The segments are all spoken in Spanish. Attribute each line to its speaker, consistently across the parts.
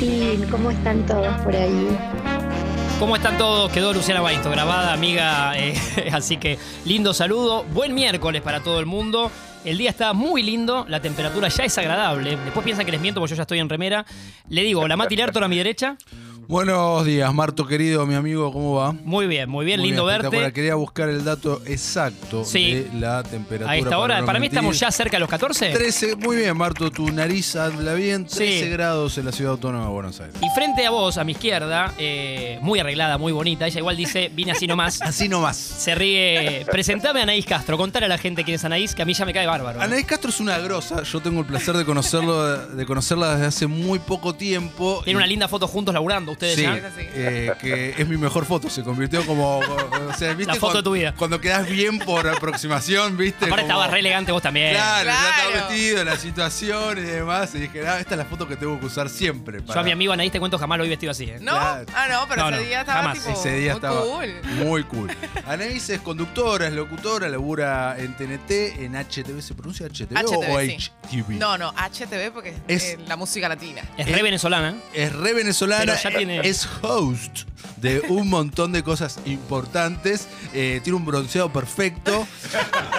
Speaker 1: bien, ¿cómo están todos por ahí?
Speaker 2: ¿Cómo están todos? Quedó Luciana Baisto grabada, amiga. eh, así que lindo saludo. Buen miércoles para todo el mundo. El día está muy lindo, la temperatura ya es agradable. Después piensan que les miento porque yo ya estoy en remera. Le digo, la Mati Lertor a mi derecha.
Speaker 3: Buenos días, Marto querido, mi amigo, ¿cómo va?
Speaker 2: Muy bien, muy bien,
Speaker 3: Muy
Speaker 2: lindo
Speaker 3: espectacular.
Speaker 2: verte.
Speaker 3: Quería buscar el dato exacto
Speaker 2: Sí.
Speaker 3: de la temperatura.
Speaker 2: A esta hora,
Speaker 3: no
Speaker 2: para mí
Speaker 3: mentir.
Speaker 2: estamos ya cerca de los 14.
Speaker 3: 13, muy bien, Marto, tu nariz habla bien,
Speaker 2: Sí.
Speaker 3: 13 grados en la ciudad autónoma de Buenos Aires.
Speaker 2: Y frente a vos, a mi izquierda, eh, muy arreglada, muy bonita, ella igual dice, vine así nomás.
Speaker 3: Así nomás.
Speaker 2: Se ríe. Presentame a Anaís Castro, contale a la gente quién es Anaís, que a mí ya me cae bárbaro. ¿eh?
Speaker 3: Anaís Castro es una grosa, yo tengo el placer de, conocerlo, de conocerla desde hace muy poco tiempo.
Speaker 2: Tiene una linda foto juntos laburando, ustedes
Speaker 3: Sí,
Speaker 2: ya.
Speaker 3: eh, que es mi mejor foto, se convirtió como... o sea, ¿viste?
Speaker 2: La foto
Speaker 3: Cuando-
Speaker 2: de tu vida.
Speaker 3: Cuando quedás bien por aproximación, ¿viste?
Speaker 2: Aparte
Speaker 3: Como-
Speaker 2: estaba re elegante vos también.
Speaker 3: Claro, ya
Speaker 4: Claro.
Speaker 3: estaba vestido, la situación y demás. Y dije, ah, esta es la foto que tengo que usar siempre.
Speaker 2: Yo a mi amigo Anaís te cuento jamás lo vi vestido así. ¿eh?
Speaker 4: ¿No?
Speaker 3: Claro.
Speaker 4: Ah, no, pero
Speaker 2: No,
Speaker 4: ese
Speaker 2: no,
Speaker 4: día estaba
Speaker 2: jamás.
Speaker 4: tipo
Speaker 3: Ese día
Speaker 4: muy
Speaker 3: estaba
Speaker 4: cool.
Speaker 3: muy cool. Anaís es conductora, es locutora, labura en TNT, en HTV. ¿Se pronuncia HTV, o
Speaker 4: HTV, sí.
Speaker 3: HTV?
Speaker 4: No, no, HTV porque es
Speaker 3: Es-
Speaker 4: eh, la música latina.
Speaker 2: Es re venezolana.
Speaker 3: Es re venezolana,
Speaker 2: Pero ya tiene-
Speaker 3: es host de un montón de cosas importantes, eh, tiene un bronceado perfecto,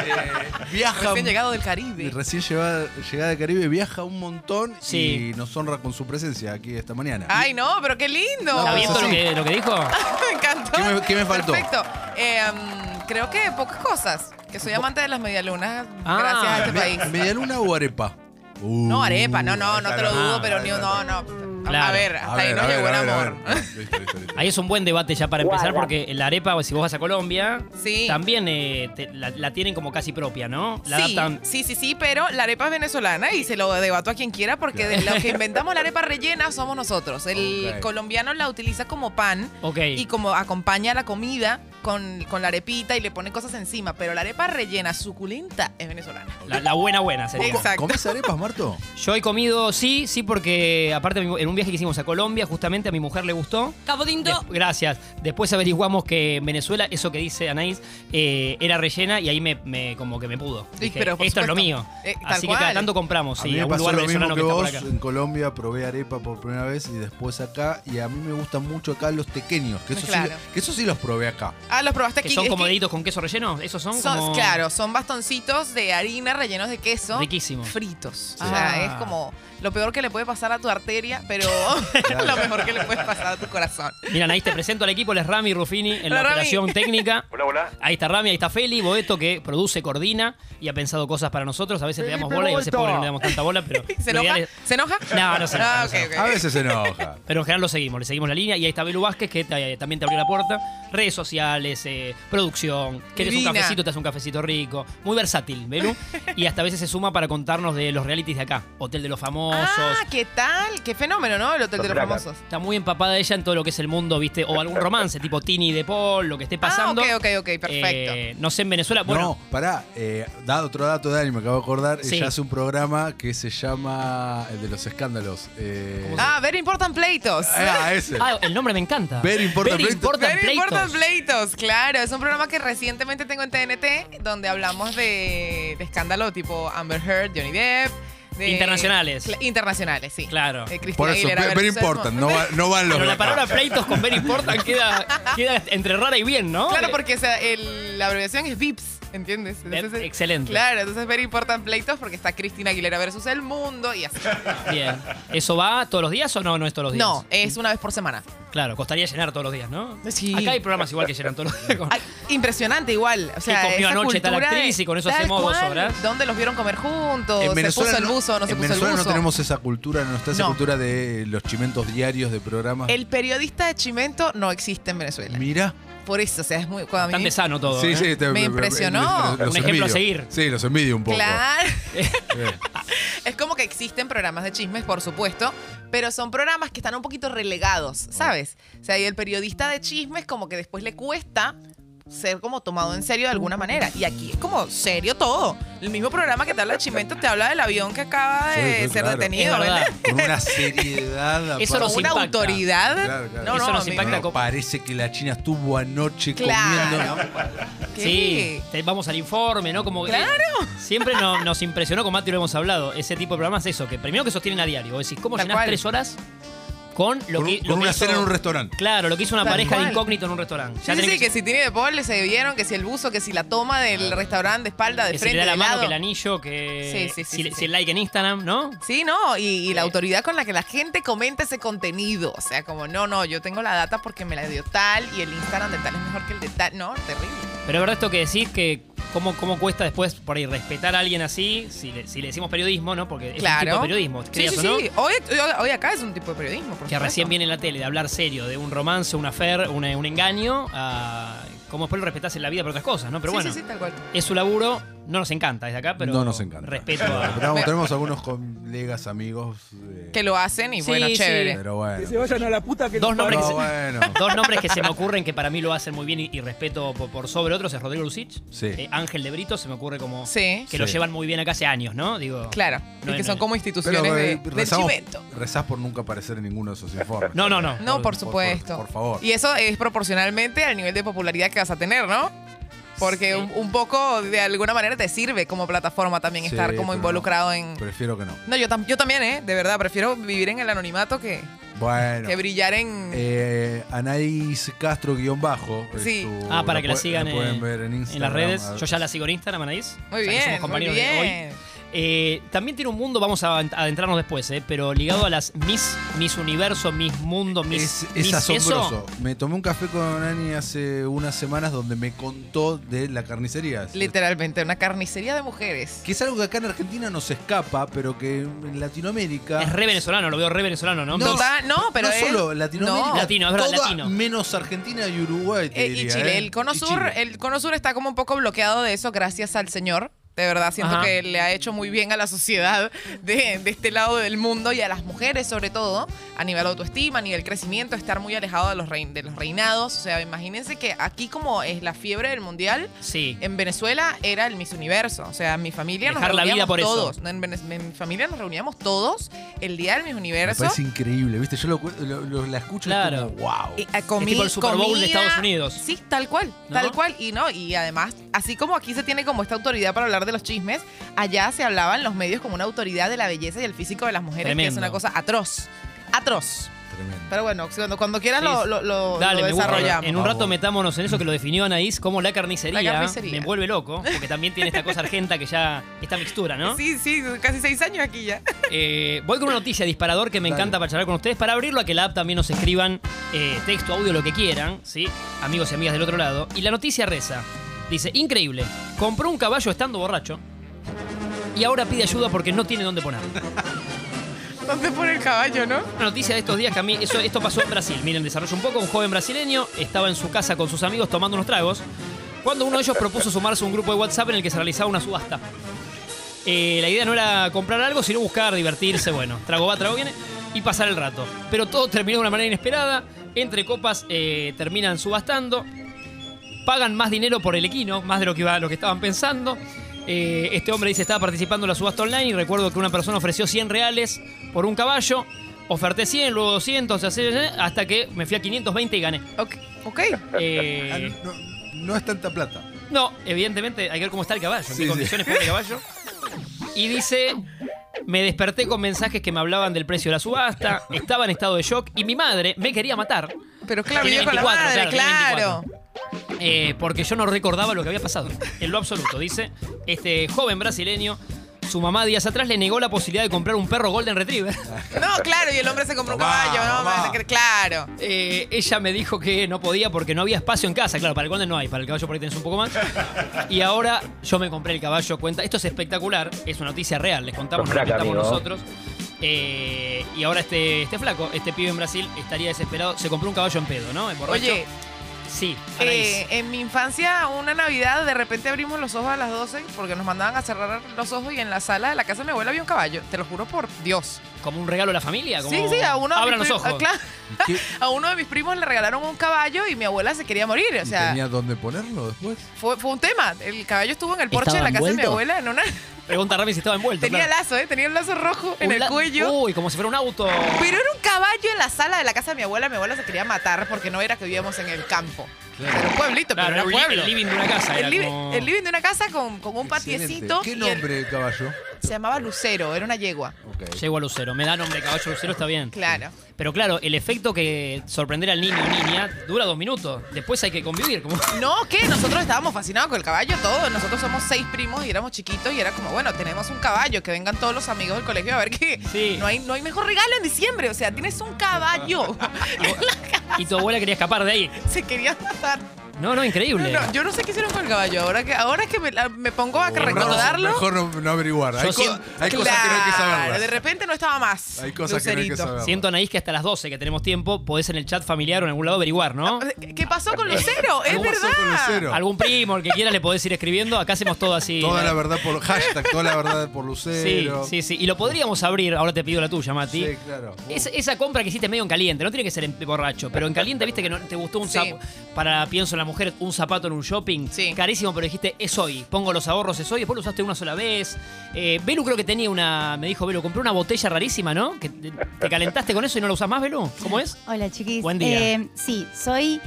Speaker 3: eh, viaja
Speaker 4: Recién llegado del Caribe.
Speaker 3: Y Recién llevada, llegada de Caribe viaja un montón
Speaker 2: Sí.
Speaker 3: y nos honra con su presencia aquí esta mañana.
Speaker 4: Ay, no, pero qué lindo.
Speaker 3: No,
Speaker 2: ¿Está bien
Speaker 3: eso
Speaker 2: todo lo
Speaker 3: sí.
Speaker 2: que, lo que dijo?
Speaker 4: Me encantó.
Speaker 3: ¿Qué me- qué me faltó?
Speaker 4: Perfecto. Eh, mm, creo que pocas cosas. Que soy amante de las medialunas
Speaker 2: Ah.
Speaker 4: gracias a este
Speaker 3: Me-
Speaker 4: país.
Speaker 3: ¿Medialuna o arepa? Uh,
Speaker 4: No, arepa, no, no,
Speaker 3: ahí
Speaker 4: no
Speaker 3: está,
Speaker 4: te lo dudo, pero
Speaker 3: ahí
Speaker 4: ni
Speaker 3: está.
Speaker 4: no, no.
Speaker 2: Claro.
Speaker 4: A ver, hasta
Speaker 3: Ah, A
Speaker 4: ahí
Speaker 3: ver,
Speaker 4: no
Speaker 3: a ver,
Speaker 4: llegó el
Speaker 3: a ver, a
Speaker 4: amor.
Speaker 3: ver. Listo, listo, listo.
Speaker 2: Ahí es un buen debate ya para empezar porque la arepa, si vos vas a Colombia,
Speaker 4: Sí.
Speaker 2: también eh, te- la, la tienen como casi propia, ¿no? La
Speaker 4: sí,
Speaker 2: adaptan.
Speaker 4: sí, sí, sí, pero la arepa es venezolana y se lo debato a quien quiera porque de los que inventamos la arepa rellena somos nosotros. El
Speaker 3: Ok.
Speaker 4: colombiano la utiliza como pan
Speaker 2: Ok.
Speaker 4: y como acompaña la comida con, con la arepita y le pone cosas encima, pero la arepa rellena suculenta es venezolana.
Speaker 2: La, la buena buena sería.
Speaker 4: Exacto.
Speaker 3: ¿Comés arepas, Marto?
Speaker 2: Yo he comido, sí, sí, porque aparte mi- en un viaje que hicimos a Colombia, justamente a mi mujer le gustó. Des- gracias. Después averiguamos que en Venezuela, eso que dice Anaís, eh, era rellena y ahí me, me- como que me pudo.
Speaker 4: Sí,
Speaker 2: Dije,
Speaker 4: pero por
Speaker 2: esto es lo
Speaker 4: supuesto.
Speaker 2: mío.
Speaker 4: Eh, tal
Speaker 2: Así que cada
Speaker 4: cual.
Speaker 2: tanto compramos,
Speaker 3: a mí
Speaker 2: sí,
Speaker 3: me
Speaker 2: a un
Speaker 3: pasó
Speaker 2: lugar
Speaker 3: lo mismo
Speaker 2: venezolano
Speaker 3: que
Speaker 2: que, está por
Speaker 3: vos.
Speaker 2: acá.
Speaker 3: En Colombia probé arepa por primera vez y después acá. Y a mí me gustan mucho acá los tequeños, que eso,
Speaker 4: Claro.
Speaker 3: sí, que eso sí los probé acá.
Speaker 4: Ah, los probaste
Speaker 2: Que
Speaker 4: aquí.
Speaker 2: son
Speaker 4: es
Speaker 2: como
Speaker 4: que
Speaker 2: deditos con queso relleno, esos son,
Speaker 4: son-
Speaker 2: como...
Speaker 4: Claro, son bastoncitos de harina rellenos de queso.
Speaker 2: Riquísimo.
Speaker 4: Fritos.
Speaker 2: Sí.
Speaker 4: O sea,
Speaker 2: Ah.
Speaker 4: es como lo peor que le puede pasar a tu arteria, pero lo mejor que le puede pasar a tu corazón.
Speaker 2: Mira, ahí te presento al equipo, él es Rami Ruffini en la
Speaker 4: Hola, Rami.
Speaker 2: operación técnica. Hola, hola. Ahí está Rami, ahí está Feli, Boeto que produce, coordina y ha pensado cosas para nosotros. A veces le damos bola y a veces pobre no le damos tanta bola, pero
Speaker 4: ¿Se
Speaker 2: lo ideal
Speaker 4: enoja?
Speaker 2: es-
Speaker 4: ¿Se enoja?
Speaker 2: No, no se enoja,
Speaker 4: Ah,
Speaker 2: no se
Speaker 4: ok,
Speaker 2: enoja.
Speaker 4: ok.
Speaker 3: A veces se enoja.
Speaker 2: Pero en general lo seguimos, le seguimos la línea y ahí está Belu Vázquez que te- eh, también te abrió la puerta. Redes sociales, eh, producción, querés un
Speaker 4: Divina.
Speaker 2: cafecito, te hace un cafecito rico. Muy versátil, Belu. y hasta a veces se suma para contarnos de los realities de acá. Hotel de los Famosos.
Speaker 4: Ah, ¿qué tal? Qué fenómeno, ¿no? El Hotel de los
Speaker 5: Los
Speaker 4: Famosos.
Speaker 2: Está muy empapada ella en todo lo que es el mundo, ¿viste? O algún romance, tipo Tini de Paul, lo que esté pasando.
Speaker 4: Ah, ok, ok, ok, perfecto.
Speaker 2: Eh, no sé, en Venezuela, bueno.
Speaker 3: no, pará, eh, da otro dato, Dani, me acabo de acordar.
Speaker 2: Sí.
Speaker 3: Ella hace un programa que se llama El de los escándalos. eh,
Speaker 2: ¿Cómo se
Speaker 4: Ah, Very Important Pleitos.
Speaker 3: ah, ese.
Speaker 2: Ah, el nombre me encanta.
Speaker 3: Very important
Speaker 2: Very
Speaker 3: pleitos.
Speaker 2: important
Speaker 4: Very Important
Speaker 2: pleitos.
Speaker 4: Pleitos, claro. Es un programa que recientemente tengo en TNT donde hablamos de, de escándalo tipo Amber Heard, Johnny Depp. de-
Speaker 2: Internacionales.
Speaker 4: Cla- internacionales, sí.
Speaker 2: Claro.
Speaker 4: Eh, Cristina
Speaker 3: Por eso,
Speaker 4: Aguilera
Speaker 3: very
Speaker 4: versus-
Speaker 3: important, no, va- no van los
Speaker 2: Pero
Speaker 3: de
Speaker 2: la
Speaker 3: acá.
Speaker 2: palabra pleitos con very important queda, queda entre rara y bien, ¿no?
Speaker 4: Claro, porque o sea, el- la abreviación es VIPS, ¿entiendes? Entonces,
Speaker 2: Eh, excelente.
Speaker 4: Claro, entonces Very Important Pleitos porque está Cristina Aguilera versus el mundo y así.
Speaker 2: Bien. ¿Eso va todos los días o no? No es todos los días.
Speaker 4: No, es una vez por semana.
Speaker 2: Claro, costaría llenar todos los días, ¿no?
Speaker 4: Sí.
Speaker 2: Acá hay programas igual que llenan todos los días. con-
Speaker 4: Ay, impresionante igual. O sea,
Speaker 2: ¿Qué comió
Speaker 4: esa
Speaker 2: anoche tal
Speaker 4: cultura
Speaker 2: actriz? Y con eso
Speaker 4: tal
Speaker 2: hacemos dos
Speaker 4: cual.
Speaker 2: horas.
Speaker 4: ¿Dónde los vieron comer juntos?
Speaker 3: En
Speaker 4: ¿Se puso
Speaker 3: Venezuela,
Speaker 4: el buzo o no se
Speaker 3: en
Speaker 4: puso el buzo?
Speaker 3: Venezuela no tenemos esa cultura, no está esa
Speaker 4: No.
Speaker 3: cultura de los chimentos diarios de programas.
Speaker 4: El periodista de Chimento no existe en Venezuela.
Speaker 3: Mira.
Speaker 4: Por eso, o sea, es muy... cuando a mí-
Speaker 2: Bastante sano todo. ¿eh?
Speaker 3: te-
Speaker 4: Me impresionó.
Speaker 2: Un ejemplo a seguir.
Speaker 3: Sí, los envidio un poco.
Speaker 4: Claro.
Speaker 3: Eh,
Speaker 4: Es como que existen programas de chismes, por supuesto, pero son programas que están un poquito relegados, ¿sabes? O sea, y el periodista de chismes como que después le cuesta ser como tomado en serio de alguna manera. Y aquí es como serio todo. El mismo programa que te habla de Chimento te habla del avión que acaba de
Speaker 3: Sí, sí,
Speaker 4: ser
Speaker 3: claro.
Speaker 4: detenido,
Speaker 2: Es verdad.
Speaker 4: ¿verdad?
Speaker 3: Con una seriedad.
Speaker 2: Eso
Speaker 4: Con
Speaker 2: nos
Speaker 4: una
Speaker 2: impacta.
Speaker 4: autoridad.
Speaker 3: Claro, claro.
Speaker 4: No,
Speaker 2: Eso
Speaker 4: no,
Speaker 2: nos
Speaker 4: a mí-
Speaker 2: impacta.
Speaker 3: No, parece que la China estuvo anoche
Speaker 4: Claro.
Speaker 3: comiendo.
Speaker 4: ¿Qué?
Speaker 2: Sí, te- vamos al informe, ¿no? Como que-
Speaker 4: Claro.
Speaker 2: siempre no- nos impresionó, con Mati lo hemos hablado, ese tipo de programas, eso, que primero que sostienen a diario. Vos decís, ¿cómo
Speaker 4: Tal
Speaker 2: llenás
Speaker 4: cual.
Speaker 2: tres horas con con lo
Speaker 3: Por,
Speaker 2: que. lo
Speaker 3: un- por
Speaker 2: que
Speaker 3: una
Speaker 2: hizo-
Speaker 3: cena en un restaurante.
Speaker 2: Claro, lo que hizo una
Speaker 4: Tal
Speaker 2: pareja de
Speaker 4: cual.
Speaker 2: incógnito en un restaurante.
Speaker 4: Sí, sí, que si tiene de pobre se vieron, que si el buzo, que si la toma del restaurante de espalda, de
Speaker 2: que si le
Speaker 4: frente,
Speaker 2: da la
Speaker 4: de
Speaker 2: mano,
Speaker 4: lado.
Speaker 2: que el anillo, que.
Speaker 4: Sí, sí, sí,
Speaker 2: si,
Speaker 4: sí,
Speaker 2: si
Speaker 4: sí.
Speaker 2: el like en Instagram, ¿no?
Speaker 4: Sí, no, y, y la
Speaker 2: Sí.
Speaker 4: autoridad con la que la gente comenta ese contenido. O sea, como, no, no, yo tengo la data porque me la dio tal y el Instagram de tal es mejor que el de tal. No, terrible.
Speaker 2: Pero es verdad esto que decís que cómo, cómo cuesta después por ahí respetar a alguien así, si le, si le decimos periodismo, ¿no? Porque es un tipo de periodismo,
Speaker 4: Sí,
Speaker 2: creas
Speaker 4: sí,
Speaker 2: o no.
Speaker 4: sí. Hoy, hoy- hoy acá es un tipo de periodismo. por
Speaker 2: Que
Speaker 4: supuesto.
Speaker 2: recién viene en la tele de hablar serio, de un romance, una affair, una- un engaño, a cómo después lo respetás en la vida por otras cosas, ¿no? Pero
Speaker 4: sí,
Speaker 2: bueno,
Speaker 4: sí, sí, tal cual.
Speaker 2: es su laburo, no nos encanta desde acá, pero
Speaker 3: No nos encanta.
Speaker 2: respeto
Speaker 3: Pero
Speaker 2: a...
Speaker 3: vamos, tenemos algunos colegas, amigos. eh,
Speaker 4: Que lo hacen y
Speaker 2: Sí,
Speaker 4: bueno,
Speaker 2: sí.
Speaker 4: chévere.
Speaker 3: Pero bueno.
Speaker 5: Que se vayan a la puta que
Speaker 2: Dos
Speaker 5: los
Speaker 2: nombres
Speaker 5: parió.
Speaker 2: que
Speaker 3: Pero
Speaker 2: se-
Speaker 3: bueno.
Speaker 2: Dos nombres que se me ocurren que para mí lo hacen muy bien y, y respeto por, por sobre otros es Rodrigo Lucich,
Speaker 3: Sí.
Speaker 2: eh, Ángel de Brito, se me ocurre como
Speaker 4: Sí,
Speaker 2: que lo
Speaker 3: Sí.
Speaker 2: llevan muy bien acá hace años, ¿no? Digo,
Speaker 4: claro.
Speaker 2: No,
Speaker 4: y que
Speaker 2: no,
Speaker 4: son
Speaker 2: no.
Speaker 4: como instituciones
Speaker 3: Pero,
Speaker 4: de,
Speaker 3: eh,
Speaker 4: del
Speaker 3: rezamos-
Speaker 4: chimento.
Speaker 3: rezás por nunca aparecer en ninguno de esos informes.
Speaker 2: No, no, no.
Speaker 4: No, por
Speaker 3: por-
Speaker 4: supuesto.
Speaker 3: por favor.
Speaker 4: Y eso es proporcionalmente al nivel de popularidad que vas a tener, ¿no? Porque
Speaker 2: Sí.
Speaker 4: un, un poco, de alguna manera, te sirve como plataforma también
Speaker 3: Sí,
Speaker 4: estar
Speaker 3: pero no.
Speaker 4: como involucrado en...
Speaker 3: Prefiero que no.
Speaker 4: No, yo, tam- yo también, ¿eh? De verdad, prefiero vivir en el anonimato que,
Speaker 3: Bueno.
Speaker 4: que brillar en...
Speaker 3: Eh, Anaís Castro guión bajo. es
Speaker 4: Sí.
Speaker 3: tu-
Speaker 2: Ah, para que la
Speaker 3: pue-
Speaker 2: sigan eh,
Speaker 3: pueden ver en,
Speaker 2: en,
Speaker 3: Instagram.
Speaker 2: las redes.
Speaker 3: A-
Speaker 2: Yo ya la sigo en Instagram, Anaís.
Speaker 4: muy
Speaker 2: o sea que somos
Speaker 4: bien, muy
Speaker 2: compañeros de hoy.
Speaker 4: bien.
Speaker 2: Eh, también tiene un mundo, vamos a ad- adentrarnos después, eh, pero ligado a las Miss, Miss Universo, Miss Mundo, Miss.
Speaker 3: Es, es
Speaker 2: Miss
Speaker 3: asombroso.
Speaker 2: eso.
Speaker 3: Me tomé un café con Ani hace unas semanas donde me contó de la carnicería. Es-
Speaker 4: Literalmente, una carnicería de mujeres.
Speaker 3: Que es algo que acá en Argentina nos escapa, pero que en Latinoamérica.
Speaker 2: Es re venezolano, lo veo re venezolano, ¿no?
Speaker 3: No,
Speaker 2: Miss-
Speaker 4: Total, no, pero
Speaker 3: no
Speaker 4: él-
Speaker 3: solo Latinoamérica,
Speaker 4: no.
Speaker 2: Latino, es verdad,
Speaker 3: toda
Speaker 2: latino.
Speaker 3: menos Argentina y Uruguay. te
Speaker 4: Eh, y
Speaker 3: diría,
Speaker 4: Chile,
Speaker 3: ¿eh?
Speaker 4: el cono
Speaker 3: Y
Speaker 4: sur,
Speaker 3: Chile.
Speaker 4: el cono sur está como un poco bloqueado de eso, gracias al señor. De verdad, siento
Speaker 2: Ajá.
Speaker 4: que le ha hecho muy bien a la sociedad de, de este lado del mundo y a las mujeres, sobre todo, a nivel autoestima, a nivel crecimiento, estar muy alejado de los, rein- de los reinados. O sea, imagínense que aquí, como es la fiebre del mundial,
Speaker 2: Sí.
Speaker 4: en Venezuela era el Miss Universo. O sea, en mi familia nos
Speaker 2: Dejar la
Speaker 4: reuníamos
Speaker 2: vida por eso.
Speaker 4: todos. En, Venez- en mi familia nos reuníamos todos el día del Miss
Speaker 3: Me
Speaker 4: Universo.
Speaker 3: parece increíble, ¿viste? Yo lo cu- lo- lo- la escucho
Speaker 2: Claro.
Speaker 3: y es como, wow.
Speaker 4: Y, eh, comí-
Speaker 2: Es tipo el Super Bowl de
Speaker 4: comida-
Speaker 2: Estados Unidos.
Speaker 4: Sí, tal cual,
Speaker 2: ¿No?
Speaker 4: tal cual. Y no, y además, así como aquí se tiene como esta autoridad para hablar de los chismes, allá se hablaba en los medios como una autoridad de la belleza y el físico de las mujeres, que es
Speaker 2: Tremendo.
Speaker 4: una cosa atroz. Atroz.
Speaker 3: Tremendo.
Speaker 4: Pero bueno, cuando, cuando quieras
Speaker 2: Sí,
Speaker 4: lo,
Speaker 2: sí.
Speaker 4: lo- lo-
Speaker 2: Dale,
Speaker 4: lo
Speaker 2: me gusta.
Speaker 4: desarrollamos.
Speaker 2: En un
Speaker 3: Vamos.
Speaker 2: rato metámonos en eso que lo definió Anaís como la carnicería.
Speaker 4: La carnicería.
Speaker 2: Me vuelve loco, porque también tiene esta cosa argenta que ya. Esta mixtura, ¿no?
Speaker 4: Sí, sí, casi seis años aquí ya.
Speaker 2: Eh, voy con una noticia disparador que me
Speaker 3: Dale.
Speaker 2: encanta para charlar con ustedes. Para abrirlo, a que la app también nos escriban eh, texto, audio, lo que quieran, ¿sí? Amigos y amigas del otro lado. Y la noticia reza: dice, increíble, compró un caballo estando borracho y ahora pide ayuda porque no tiene dónde ponerlo.
Speaker 4: ¿Dónde pone el caballo, no?
Speaker 2: Una noticia de estos días que a mí, eso, esto pasó en Brasil. Miren, desarrollo un poco. Un joven brasileño estaba en su casa con sus amigos tomando unos tragos cuando uno de ellos propuso sumarse a un grupo de WhatsApp en el que se realizaba una subasta. Eh, la idea no era comprar algo, sino buscar, divertirse, bueno, trago va, trago viene, y pasar el rato. Pero todo terminó de una manera inesperada. Entre copas eh, terminan subastando, pagan más dinero por el equino, más de lo que, iba, lo que estaban pensando. Eh, este hombre dice estaba participando en la subasta online y recuerdo que una persona ofreció 100 reales por un caballo. Oferté 100, luego 200, así, hasta que me fui a 520 y gané.
Speaker 4: Ok. ok.
Speaker 3: Ah,
Speaker 2: Eh,
Speaker 3: no, no es tanta plata.
Speaker 2: no, evidentemente hay que ver cómo está el caballo, en
Speaker 3: Sí,
Speaker 2: qué
Speaker 3: sí.
Speaker 2: condiciones pone el caballo. Y dice, me desperté con mensajes que me hablaban del precio de la subasta, estaba en estado de shock y mi madre me quería matar
Speaker 4: Pero claro,
Speaker 2: Tiene
Speaker 4: viene con la
Speaker 2: 24,
Speaker 4: madre,
Speaker 2: claro, tiene
Speaker 4: claro.
Speaker 2: eh, porque yo no recordaba lo que había pasado, en lo absoluto, dice este joven brasileño. Su mamá días atrás le negó la posibilidad de comprar un perro Golden Retriever.
Speaker 4: No, claro, y el hombre se compró un
Speaker 3: Tomá,
Speaker 4: caballo, ¿no?
Speaker 3: tomá.
Speaker 4: Claro.
Speaker 2: Eh, ella me dijo que no podía porque no había espacio en casa. Claro, para el Golden no hay, para el caballo por ahí tenés un poco más. Y ahora yo me compré el caballo cuenta. Esto es espectacular, es una noticia real, les contamos, nos la
Speaker 6: Flaca,
Speaker 2: contamos
Speaker 6: amigo.
Speaker 2: nosotros. Eh, y ahora este, este flaco, este pibe en Brasil, estaría desesperado. Se compró un caballo en pedo, ¿no? En borracho.
Speaker 4: Oye,
Speaker 2: sí, Anaís.
Speaker 4: Eh, en mi infancia, una Navidad, de repente abrimos los ojos a las 12 porque nos mandaban a cerrar los ojos y en la sala de la casa de mi abuela había un caballo. Te lo juro por Dios.
Speaker 2: como un regalo a la familia. Como,
Speaker 4: sí, sí, a uno, de
Speaker 2: Abran
Speaker 4: mis
Speaker 2: los
Speaker 4: pri-
Speaker 2: ojos.
Speaker 4: ah, claro,
Speaker 3: ¿Qué-
Speaker 4: a uno de mis primos le regalaron un caballo y mi abuela se quería morir. O
Speaker 3: ¿Y
Speaker 4: sea,
Speaker 3: tenía dónde ponerlo después?
Speaker 4: fue, fue un tema. El caballo estuvo en el porche de
Speaker 7: ¿Estaba
Speaker 4: la casa de mi
Speaker 7: envuelto?
Speaker 4: abuela. En una,
Speaker 2: Pregunta a Rami si estaba envuelto.
Speaker 4: tenía
Speaker 2: claro.
Speaker 4: lazo, ¿eh? Tenía un lazo rojo en
Speaker 2: Un
Speaker 4: el
Speaker 2: la-
Speaker 4: cuello.
Speaker 2: Uy, como si fuera un auto.
Speaker 4: Pero era un caballo en la sala de la casa de mi abuela. Mi abuela se quería matar porque no era que vivíamos en el campo. Era un pueblito, pero
Speaker 2: Claro,
Speaker 4: era
Speaker 2: era
Speaker 4: un
Speaker 2: un li-
Speaker 4: pueblo.
Speaker 2: el living de una casa.
Speaker 4: El,
Speaker 2: era
Speaker 4: li-
Speaker 2: como-
Speaker 4: el living de una casa con, con un
Speaker 3: Excelente.
Speaker 4: patiecito.
Speaker 3: ¿Qué
Speaker 4: y
Speaker 3: nombre el caballo?
Speaker 4: el- se llamaba Lucero, era una yegua.
Speaker 3: Ok.
Speaker 2: Llego a Lucero. Me da nombre de caballo Lucero, está bien.
Speaker 4: Claro.
Speaker 2: Pero claro, el efecto que sorprender al niño o niña dura dos minutos. Después hay que convivir. Como...
Speaker 4: No, que nosotros estábamos fascinados con el caballo, todos. Nosotros somos seis primos y éramos chiquitos y era como, bueno, tenemos un caballo, que vengan todos los amigos del colegio a ver que
Speaker 2: Sí.
Speaker 4: no, hay, no hay mejor regalo en diciembre. O sea, tienes un caballo.
Speaker 2: Y tu abuela quería escapar de ahí.
Speaker 4: Se querían matar.
Speaker 2: No, no,
Speaker 4: No,
Speaker 2: increíble.
Speaker 4: no, yo no sé qué hicieron con el caballo. Ahora que, ahora que me, la- me pongo a
Speaker 2: Borrado,
Speaker 4: recordarlo.
Speaker 3: Oh, Mejor no, no averiguar. Hay,
Speaker 2: Yo
Speaker 3: co-
Speaker 2: siento-
Speaker 3: hay cosas que no hay que
Speaker 4: Claro, De
Speaker 3: saberlas.
Speaker 4: repente no estaba más.
Speaker 3: Hay cosas que no hay que
Speaker 4: Lucerito.
Speaker 3: saberlas.
Speaker 2: Siento, Anaís, que hasta las 12 que tenemos tiempo podés en el chat familiar o en algún lado averiguar, ¿no?
Speaker 4: ¿Qué pasó con Lucero? Es
Speaker 3: ¿Qué pasó
Speaker 4: verdad.
Speaker 3: con Lucero?
Speaker 2: Algún primo, el que quiera, le podés ir escribiendo. Acá hacemos todo así.
Speaker 3: Toda la verdad por hashtag, toda la verdad por
Speaker 2: Sí,
Speaker 3: Lucero.
Speaker 2: sí, sí. Y lo podríamos abrir. Ahora te pido la tuya, Mati.
Speaker 3: Sí, claro. Uh,
Speaker 2: Es- esa compra que hiciste medio en caliente, no tiene que ser en borracho, pero en caliente, viste que no, te gustó un
Speaker 4: Sí.
Speaker 2: zapato, para pienso en la mujer, un zapato en un shopping,
Speaker 4: Sí.
Speaker 2: carísimo, pero dijiste, es hoy, pongo los ahorros, es hoy, después lo usaste una sola vez. Eh, Belu creo que tenía una, me dijo Belu, compré una botella rarísima, ¿no? Que te, te calentaste con eso y no la usas más, Belu, ¿cómo es?
Speaker 5: Hola, chiquis.
Speaker 2: Buen día.
Speaker 5: Eh, sí, soy.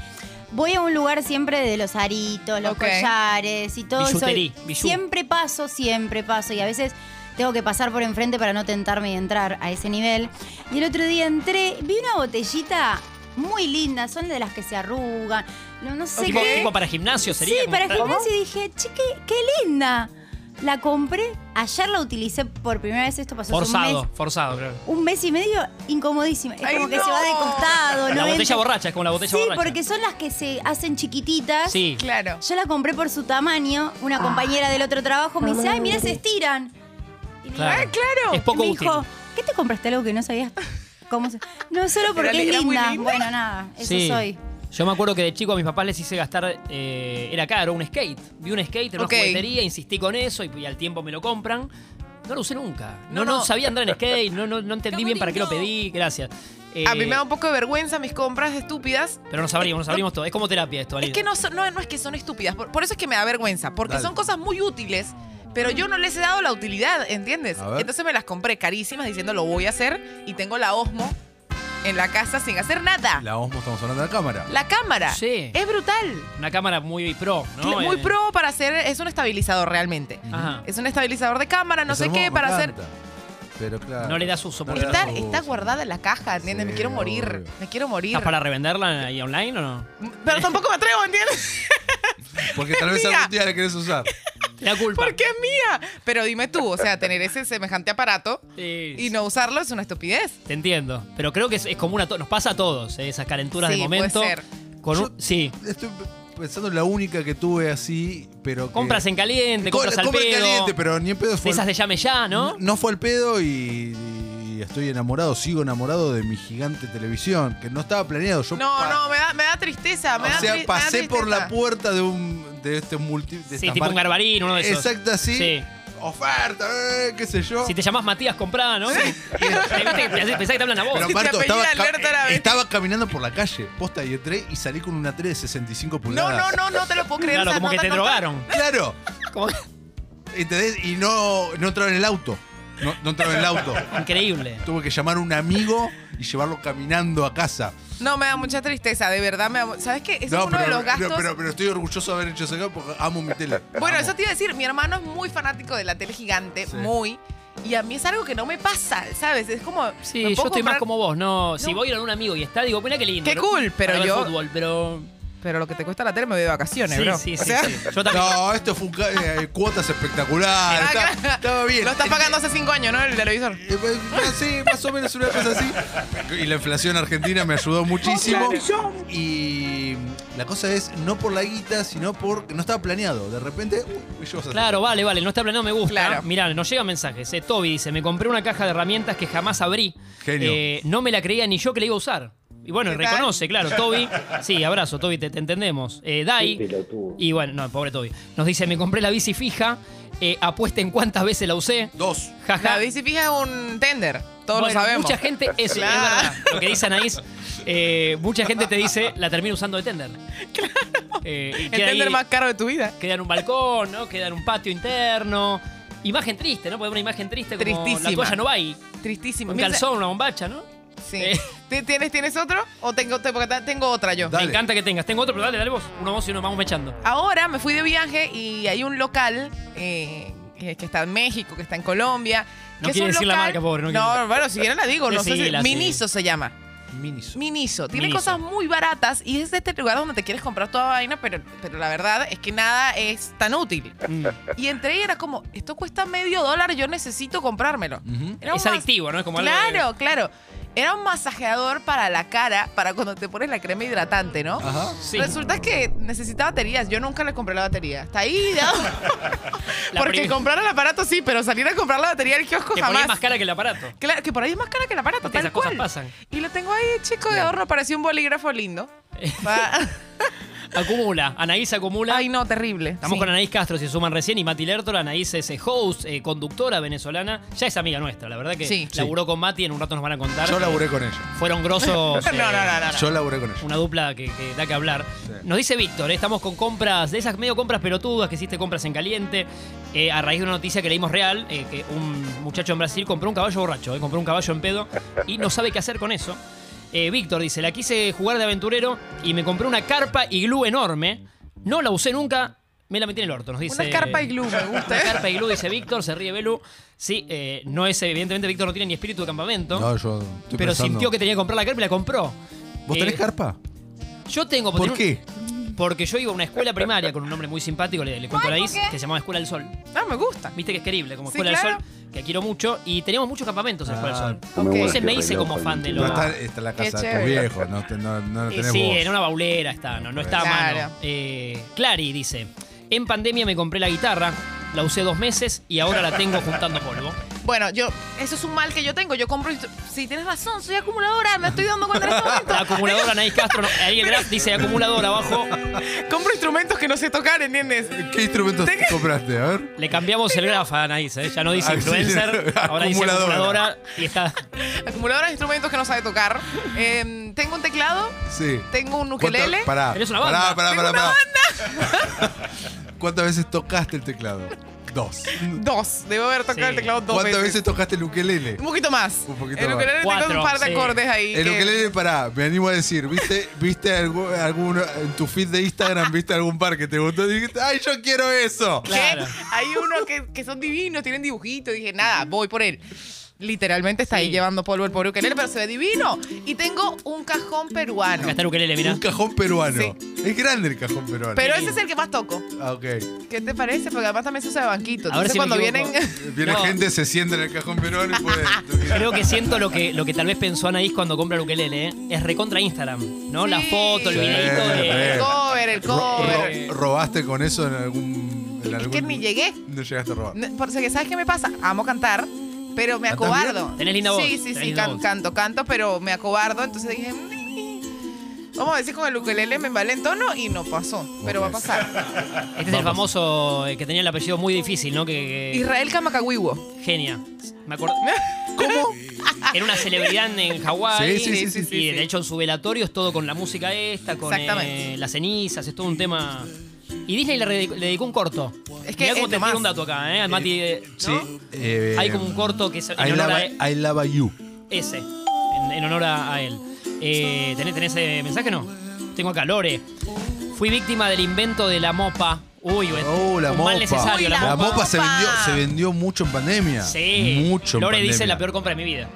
Speaker 5: Voy a un lugar siempre de los aritos, los
Speaker 4: Ok.
Speaker 5: collares y todo eso.
Speaker 2: Billutería, billú.
Speaker 5: Siempre paso, siempre paso. Y a veces tengo que pasar por enfrente para no tentarme y entrar a ese nivel. Y el otro día entré, vi una botellita muy linda, son de las que se arrugan. No, no sé
Speaker 2: Tipo,
Speaker 5: qué.
Speaker 2: tipo para gimnasio
Speaker 5: Sí,
Speaker 2: sería. como-
Speaker 5: para gimnasio y dije, che, qué, qué linda. La compré, ayer la utilicé por primera vez, esto pasó hace un
Speaker 2: Forzado,
Speaker 5: mes.
Speaker 2: forzado, claro.
Speaker 5: Un mes y medio incomodísima. Es
Speaker 4: Ay,
Speaker 5: como que
Speaker 4: no.
Speaker 5: se va de costado.
Speaker 2: La
Speaker 5: no
Speaker 2: botella
Speaker 5: entra.
Speaker 2: borracha, es como la botella
Speaker 5: Sí,
Speaker 2: borracha.
Speaker 5: porque son las que se hacen chiquititas.
Speaker 2: Sí,
Speaker 4: Claro.
Speaker 5: Yo la compré por su tamaño. Una compañera del otro trabajo me dice, ay, mira, se estiran. Y le digo,
Speaker 2: claro.
Speaker 4: Ah, claro.
Speaker 2: Es poco
Speaker 5: y me
Speaker 2: útil.
Speaker 5: dijo, ¿qué te compraste algo que no sabías cómo se... No, solo porque
Speaker 4: Era-
Speaker 5: es
Speaker 4: era muy
Speaker 5: linda.
Speaker 4: linda.
Speaker 5: Bueno, nada, eso
Speaker 2: Sí.
Speaker 5: soy.
Speaker 2: Yo me acuerdo que de chico a mis papás les hice gastar, eh, era caro, un skate. Vi un skate en una
Speaker 4: Ok.
Speaker 2: juguetería, insistí con eso y, y al tiempo me lo compran. No lo usé nunca. No,
Speaker 4: No,
Speaker 2: no,
Speaker 4: no.
Speaker 2: sabía andar en skate, no, no, no entendí bien para qué lo pedí, gracias. Eh,
Speaker 4: A mí me da un poco de vergüenza mis compras estúpidas.
Speaker 2: Pero nos abrimos, nos abrimos todo. Es como terapia esto,
Speaker 4: Es
Speaker 2: Alina.
Speaker 4: que no, son- no, no es que son estúpidas. Por, por eso es que me da vergüenza. Porque
Speaker 3: Dale.
Speaker 4: son cosas muy útiles. Pero yo no les he dado la utilidad, ¿entiendes?
Speaker 3: A ver.
Speaker 4: Entonces me las compré carísimas diciendo lo voy a hacer. Y tengo la Osmo en la casa sin hacer nada. La,
Speaker 3: La Osmo estamos hablando de la cámara.
Speaker 4: cámara.
Speaker 2: Sí.
Speaker 4: Es brutal.
Speaker 2: Una cámara muy pro, ¿no?
Speaker 4: Muy
Speaker 2: Eh,
Speaker 4: pro para hacer. Es un estabilizador realmente.
Speaker 2: Ajá.
Speaker 4: Es un estabilizador de cámara, no
Speaker 3: Es
Speaker 4: sé
Speaker 3: hermoso,
Speaker 4: qué,
Speaker 3: me
Speaker 4: para hacer.
Speaker 3: encanta. Pero claro.
Speaker 2: No le das uso, porque
Speaker 3: le
Speaker 4: Está,
Speaker 3: das
Speaker 4: está
Speaker 3: uso.
Speaker 4: guardada en la caja, ¿entiendes?
Speaker 3: Sí,
Speaker 4: me quiero morir.
Speaker 3: obvio.
Speaker 4: Me quiero morir.
Speaker 2: ¿Estás Ah, para revenderla ahí online o no?
Speaker 4: Pero tampoco me atrevo, ¿entiendes?
Speaker 3: Porque tal vez
Speaker 4: Mira.
Speaker 3: algún día la querés usar.
Speaker 2: Te da culpa.
Speaker 4: Porque es mía. Pero dime tú, o sea, tener ese semejante aparato
Speaker 2: Sí,
Speaker 4: y no usarlo es una estupidez.
Speaker 2: Te entiendo. Pero creo que es, es común a todos. Nos pasa a todos, eh, esas calenturas
Speaker 4: Sí,
Speaker 2: de
Speaker 4: puede
Speaker 2: momento.
Speaker 4: ser.
Speaker 2: Con
Speaker 3: Yo-
Speaker 2: un- sí.
Speaker 3: Estoy pensando en la única que tuve así, pero. que-
Speaker 4: Eh,
Speaker 2: Compras en caliente, compras al
Speaker 3: Compra en
Speaker 2: pedo.
Speaker 3: caliente, pero ni en pedo
Speaker 2: De
Speaker 3: fue.
Speaker 2: esas
Speaker 3: al-
Speaker 2: de llame ya, ¿no?
Speaker 3: fue al pedo y, y estoy enamorado, sigo enamorado de mi gigante televisión, que no estaba planeado. Yo
Speaker 4: No,
Speaker 3: pa-
Speaker 4: no, me da, me da tristeza. Me da
Speaker 3: O
Speaker 4: tri- me
Speaker 3: sea,
Speaker 4: da
Speaker 3: pasé por la
Speaker 4: tristeza.
Speaker 3: puerta de un. de este multi. de
Speaker 2: Sí,
Speaker 3: esta
Speaker 2: tipo un
Speaker 3: marca.
Speaker 2: garbarín, uno de esos.
Speaker 3: Exacto, así.
Speaker 2: Sí.
Speaker 3: Oferta, eh, qué sé yo.
Speaker 2: Si te llamás Matías, comprá, ¿no? Te viste que- Pensá que te hablan a vos.
Speaker 3: Pero
Speaker 4: Si te
Speaker 3: Marto, estaba,
Speaker 4: apellida
Speaker 3: ca-
Speaker 4: Alberto era-
Speaker 3: estaba caminando por la calle, posta y entré y salí con una tele de 65
Speaker 4: No,
Speaker 3: pulgadas.
Speaker 4: no, no, no te lo puedo creer.
Speaker 2: claro,
Speaker 4: o sea,
Speaker 2: como
Speaker 4: no
Speaker 2: que te
Speaker 4: no
Speaker 2: drogaron.
Speaker 3: Claro,
Speaker 2: Como-
Speaker 3: ¿entendés? Y no, no entraba en el auto. No, no entraba en el auto.
Speaker 2: Increíble.
Speaker 3: Tuve que llamar a un amigo y llevarlo caminando a casa.
Speaker 4: No, me da mucha tristeza, de verdad. Me da mu- ¿Sabes qué? Ese es uno
Speaker 3: pero,
Speaker 4: de los gastos.
Speaker 3: no, pero, pero estoy orgulloso de haber hecho ese acá porque amo mi tele.
Speaker 4: Bueno,
Speaker 3: Amo.
Speaker 4: eso te iba a decir, mi hermano es muy fanático de la tele gigante,
Speaker 3: Sí.
Speaker 4: muy. Y a mí es algo que no me pasa, ¿sabes? Es como.
Speaker 2: Sí,
Speaker 4: me
Speaker 2: yo
Speaker 4: puedo
Speaker 2: estoy más
Speaker 4: comprar-
Speaker 2: como vos, no. Si
Speaker 4: No.
Speaker 2: voy a ir a un amigo y está, digo, mira qué lindo.
Speaker 4: Qué
Speaker 2: ¿no?
Speaker 4: cool, pero
Speaker 2: Para ver
Speaker 4: yo-
Speaker 2: fútbol, pero.
Speaker 4: Pero lo que te cuesta la tele me voy de vacaciones,
Speaker 2: Sí,
Speaker 4: bro.
Speaker 2: sí,
Speaker 4: O
Speaker 2: sí,
Speaker 4: sea,
Speaker 2: sí. Yo también.
Speaker 3: No, esto fue un ca- eh, cuotas espectacular.
Speaker 4: Ah,
Speaker 3: Está-
Speaker 4: claro.
Speaker 3: estaba bien.
Speaker 4: Lo estás pagando hace cinco años, ¿no? El televisor.
Speaker 3: Eh, eh, no, Sí, más o menos una cosa así. Y la inflación argentina me ayudó muchísimo. Y la cosa es, no por la guita, sino porque no estaba planeado. De repente, uh, uy, yo
Speaker 2: Claro, vale, vale, no está planeado, me gusta.
Speaker 4: Claro.
Speaker 2: Mirá, nos llegan mensajes. eh. Toby dice, me compré una caja de herramientas que jamás abrí.
Speaker 3: Genio.
Speaker 2: Eh, no me la creía ni yo que la iba a usar. Y bueno,
Speaker 4: ¿Qué
Speaker 2: reconoce, claro, Toby. Sí, abrazo, Toby, te, te entendemos. Eh, Dai. Y bueno, no, pobre Toby. Nos dice, me compré la bici fija, eh, apuesta en cuántas veces la usé.
Speaker 3: Dos.
Speaker 2: Jaja.
Speaker 4: La bici fija es un tender. Todos
Speaker 2: Bueno,
Speaker 4: lo sabemos.
Speaker 2: Mucha gente, es, es
Speaker 4: Claro.
Speaker 2: verdad, lo que dice Anaís, eh, mucha gente te dice, la termino usando de tender. Eh, Claro.
Speaker 4: El tender más caro de tu vida.
Speaker 2: queda en un balcón, ¿no? Queda en un patio interno. Imagen triste, ¿no? Puede haber una imagen triste como
Speaker 4: Tristísima.
Speaker 2: la toalla no va ahí.
Speaker 4: Tristísimo.
Speaker 2: Un
Speaker 4: Mira,
Speaker 2: calzón, una bombacha, ¿no?
Speaker 4: Sí.
Speaker 2: Eh,
Speaker 4: ¿Ti- ¿Tienes, ¿Tienes otro? ¿O tengo, te- porque ta- tengo otra yo?
Speaker 3: Da- Dale.
Speaker 2: Me encanta que tengas. Tengo otro, pero dale, dale vos. Uno vos y uno vamos mechando.
Speaker 4: Ahora me fui de viaje y hay un local eh, que que está en México, que está en Colombia.
Speaker 2: No
Speaker 4: que es
Speaker 2: quiere
Speaker 4: un
Speaker 2: decir la
Speaker 4: local-
Speaker 2: marca, pobre, no
Speaker 4: No,
Speaker 2: quiere-
Speaker 4: bueno, si quieren la digo. No sé si-
Speaker 2: Decila, sí.
Speaker 4: Miniso se llama.
Speaker 3: Miniso.
Speaker 4: Miniso. Tiene
Speaker 2: Miniso.
Speaker 4: cosas muy baratas y es de este lugar donde te quieres comprar toda vaina, pero, pero la verdad es que nada es tan útil.
Speaker 2: Mm.
Speaker 4: Y entre ellas era como, esto cuesta medio dólar, yo necesito comprármelo.
Speaker 3: Ujú.
Speaker 4: Era un
Speaker 2: Es
Speaker 4: mas-
Speaker 2: adictivo, ¿no? Es como algo.
Speaker 4: Claro, claro. Era un masajeador para la cara, para cuando te pones la crema hidratante, ¿no?
Speaker 3: Ajá.
Speaker 2: Sí.
Speaker 4: Resulta que necesitaba baterías. Yo nunca le compré la batería. Está ahí. ya.
Speaker 2: La
Speaker 4: Porque
Speaker 2: prim-
Speaker 4: comprar el aparato sí, pero salir a comprar la batería del kiosco
Speaker 2: Te
Speaker 4: jamás.
Speaker 2: ponés más cara que el aparato.
Speaker 4: Claro, que por ahí es más cara que el aparato,
Speaker 2: Porque
Speaker 4: tal
Speaker 2: esas cosas
Speaker 4: cual.
Speaker 2: pasan.
Speaker 4: Y lo tengo ahí, chico, de ahorro. Parecía un bolígrafo lindo. Va-
Speaker 2: Acumula. Anaís acumula.
Speaker 4: Ay, no, terrible.
Speaker 2: Estamos
Speaker 4: Sí.
Speaker 2: con Anaís Castro, si se suman recién, y Mati Lertora. Anaís es eh, host, eh, conductora venezolana. Ya es amiga nuestra, la verdad que
Speaker 4: Sí.
Speaker 2: laburó con Mati, en un rato nos van a contar.
Speaker 3: Yo laburé con ella.
Speaker 2: Fueron grosos. eh,
Speaker 4: No, no, no, no, no.
Speaker 3: Yo laburé con ella.
Speaker 2: Una dupla que, que da que hablar.
Speaker 3: Sí.
Speaker 2: Nos dice Víctor, eh, estamos con compras, de esas medio compras pelotudas que hiciste compras en caliente, eh, a raíz de una noticia que leímos real, eh, que un muchacho en Brasil compró un caballo borracho, eh, compró un caballo en pedo y no sabe qué hacer con eso. Eh, Víctor dice, la quise jugar de aventurero y me compré una carpa iglú enorme, no la usé nunca, me la metí en el orto, nos dice.
Speaker 4: Una carpa iglú, me gusta.
Speaker 2: Una carpa iglú, dice Víctor, se ríe Belu. Sí, eh, no es, evidentemente Víctor no tiene ni espíritu de campamento,
Speaker 3: No, yo estoy
Speaker 2: pero
Speaker 3: pensando.
Speaker 2: sintió que tenía que comprar la carpa y la compró.
Speaker 3: ¿Vos tenés
Speaker 2: Eh,
Speaker 3: carpa?
Speaker 2: yo tengo.
Speaker 3: ¿Por
Speaker 2: tengo-
Speaker 3: qué?
Speaker 2: Porque yo iba a una escuela primaria con un nombre muy simpático, le, le cuento a la IS, que se llamaba Escuela del Sol.
Speaker 4: Ah, me gusta.
Speaker 2: Viste que es querible, como
Speaker 4: Sí,
Speaker 2: Escuela
Speaker 4: claro.
Speaker 2: del Sol, que quiero mucho, y teníamos muchos campamentos en Escuela
Speaker 3: Ah,
Speaker 2: del Sol.
Speaker 4: Ok.
Speaker 2: Entonces me hice como fan de
Speaker 3: No
Speaker 2: lo.
Speaker 3: está, está la
Speaker 4: Qué
Speaker 3: casa de tus
Speaker 4: chévere.
Speaker 3: viejos, no, te- no, no la
Speaker 2: Eh,
Speaker 3: tenés
Speaker 2: sí,
Speaker 3: vos.
Speaker 2: en una baulera está, no, no está a
Speaker 4: Claro.
Speaker 2: mano. Eh, Clary dice: En pandemia me compré la guitarra, la usé dos meses y ahora la tengo juntando polvo.
Speaker 4: Bueno, yo, eso es un mal que yo tengo. Yo compro. instru- Sí, tienes razón, soy acumuladora, me estoy dando cuenta en este momento.
Speaker 2: La acumuladora, Anaís Castro, no, ahí el graf dice acumulador abajo.
Speaker 4: Compro instrumentos que no sé tocar, ¿entiendes?
Speaker 3: ¿Qué instrumentos compraste? A ver.
Speaker 2: Le cambiamos el graf a Anaís, eh, ya no dice
Speaker 3: Ah, sí,
Speaker 2: influencer, ahora dice
Speaker 3: acumuladora.
Speaker 2: acumuladora y está.
Speaker 4: Acumuladora de instrumentos que no sabe tocar. Eh, tengo un teclado,
Speaker 3: Sí.
Speaker 4: tengo un ukelele.
Speaker 3: ¿Cuánto- Pará.
Speaker 2: Tenés una banda.
Speaker 3: Pará, pará,
Speaker 4: Tengo
Speaker 3: pará.
Speaker 4: una
Speaker 3: pará. ¿Cuántas veces tocaste el teclado? Dos.
Speaker 4: Dos. Debo haber tocado
Speaker 2: Sí.
Speaker 4: el teclado dos
Speaker 3: ¿Cuántas
Speaker 4: veces.
Speaker 3: veces tocaste el ukelele?
Speaker 4: Un poquito más.
Speaker 3: Un poquito
Speaker 4: el
Speaker 3: más.
Speaker 4: ukelele tengo
Speaker 2: Cuatro,
Speaker 4: un par de
Speaker 2: sí.
Speaker 4: acordes ahí.
Speaker 3: El
Speaker 4: que-
Speaker 3: ukelele, pará, me animo a decir, ¿viste, viste algo- alguno, en tu feed de Instagram, viste algún par que te gustó y dijiste, ¡ay, yo quiero eso!
Speaker 4: que
Speaker 2: Claro.
Speaker 4: Hay uno que, que son divinos, tienen dibujitos. Dije, nada, voy por él. Literalmente está ahí
Speaker 2: Sí.
Speaker 4: llevando polvo el pobre ukelele, pero se ve divino. Y tengo un cajón peruano.
Speaker 2: Acá está el ukelele, mirá.
Speaker 3: Un cajón peruano. Es grande el cajón peruano.
Speaker 4: Pero ese es el que más toco.
Speaker 3: Ah, ok.
Speaker 4: ¿Qué te parece? Porque además también se usa de banquito.
Speaker 2: A ver
Speaker 4: Entonces
Speaker 2: si me
Speaker 4: cuando
Speaker 2: equivoco.
Speaker 4: vienen...
Speaker 3: Viene
Speaker 2: No.
Speaker 3: gente, se sienta en el cajón peruano y puede.
Speaker 2: Creo que siento lo que, lo que tal vez pensó Anaís cuando compra el ukelele, ¿eh? es recontra Instagram, ¿no? La
Speaker 4: Sí.
Speaker 2: foto, el
Speaker 4: Sí,
Speaker 2: videito
Speaker 4: El
Speaker 2: de...
Speaker 3: sí.
Speaker 4: cover, el
Speaker 3: Ro- ro-
Speaker 4: cover.
Speaker 3: ¿Robaste con eso en algún. en
Speaker 4: Es
Speaker 3: algún-
Speaker 4: que ni llegué.
Speaker 3: No llegaste a robar.
Speaker 4: No, Porque ¿sabes qué me pasa? Amo cantar, pero me
Speaker 3: ¿Cantas bien?
Speaker 4: acobardo.
Speaker 2: Tenés linda voz,
Speaker 4: Sí, sí,
Speaker 2: tenés
Speaker 4: sí,
Speaker 2: linda
Speaker 4: can-
Speaker 2: voz.
Speaker 4: canto, canto, pero me acobardo. Entonces dije, "Mm". vamos a decir con el ukelele me vale en tono y no pasó, pero va a
Speaker 3: Ok.
Speaker 4: pasar.
Speaker 2: Este es el famoso eh, que tenía el apellido muy difícil, ¿no? Que,
Speaker 4: Israel Kamakawiwo.
Speaker 2: que- genia. Me acuerdo. ¿Cómo? Era una celebridad en, en Hawái.
Speaker 3: Sí, sí, sí, sí,
Speaker 2: y
Speaker 3: sí,
Speaker 2: de hecho en su velatorio es todo con la música esta, con eh,
Speaker 4: Exactamente.
Speaker 2: las cenizas, es todo un tema. Y Disney le, redi- le dedicó un corto.
Speaker 4: Es que
Speaker 2: Mirá cómo
Speaker 4: es
Speaker 2: te
Speaker 4: lo más.
Speaker 2: tiro un dato acá, ¿eh? Al Mati. eh, ¿no?
Speaker 3: Sí. eh,
Speaker 2: Hay como un corto que es en
Speaker 3: I
Speaker 2: honor
Speaker 3: love,
Speaker 2: a-
Speaker 3: I love you.
Speaker 2: Ese, en, en honor a, a él. Eh, ¿tenés, tenés ese mensaje no? Tengo acá, Lore. Fui víctima del invento de la mopa. Uy,
Speaker 3: Oh, la
Speaker 2: un
Speaker 3: mopa.
Speaker 2: mal necesario.
Speaker 4: Uy,
Speaker 2: la,
Speaker 3: La
Speaker 2: mopa.
Speaker 3: mopa se vendió, se vendió mucho en pandemia.
Speaker 2: Sí.
Speaker 3: Mucho en
Speaker 2: Lore
Speaker 3: pandemia.
Speaker 2: dice la peor compra de mi vida.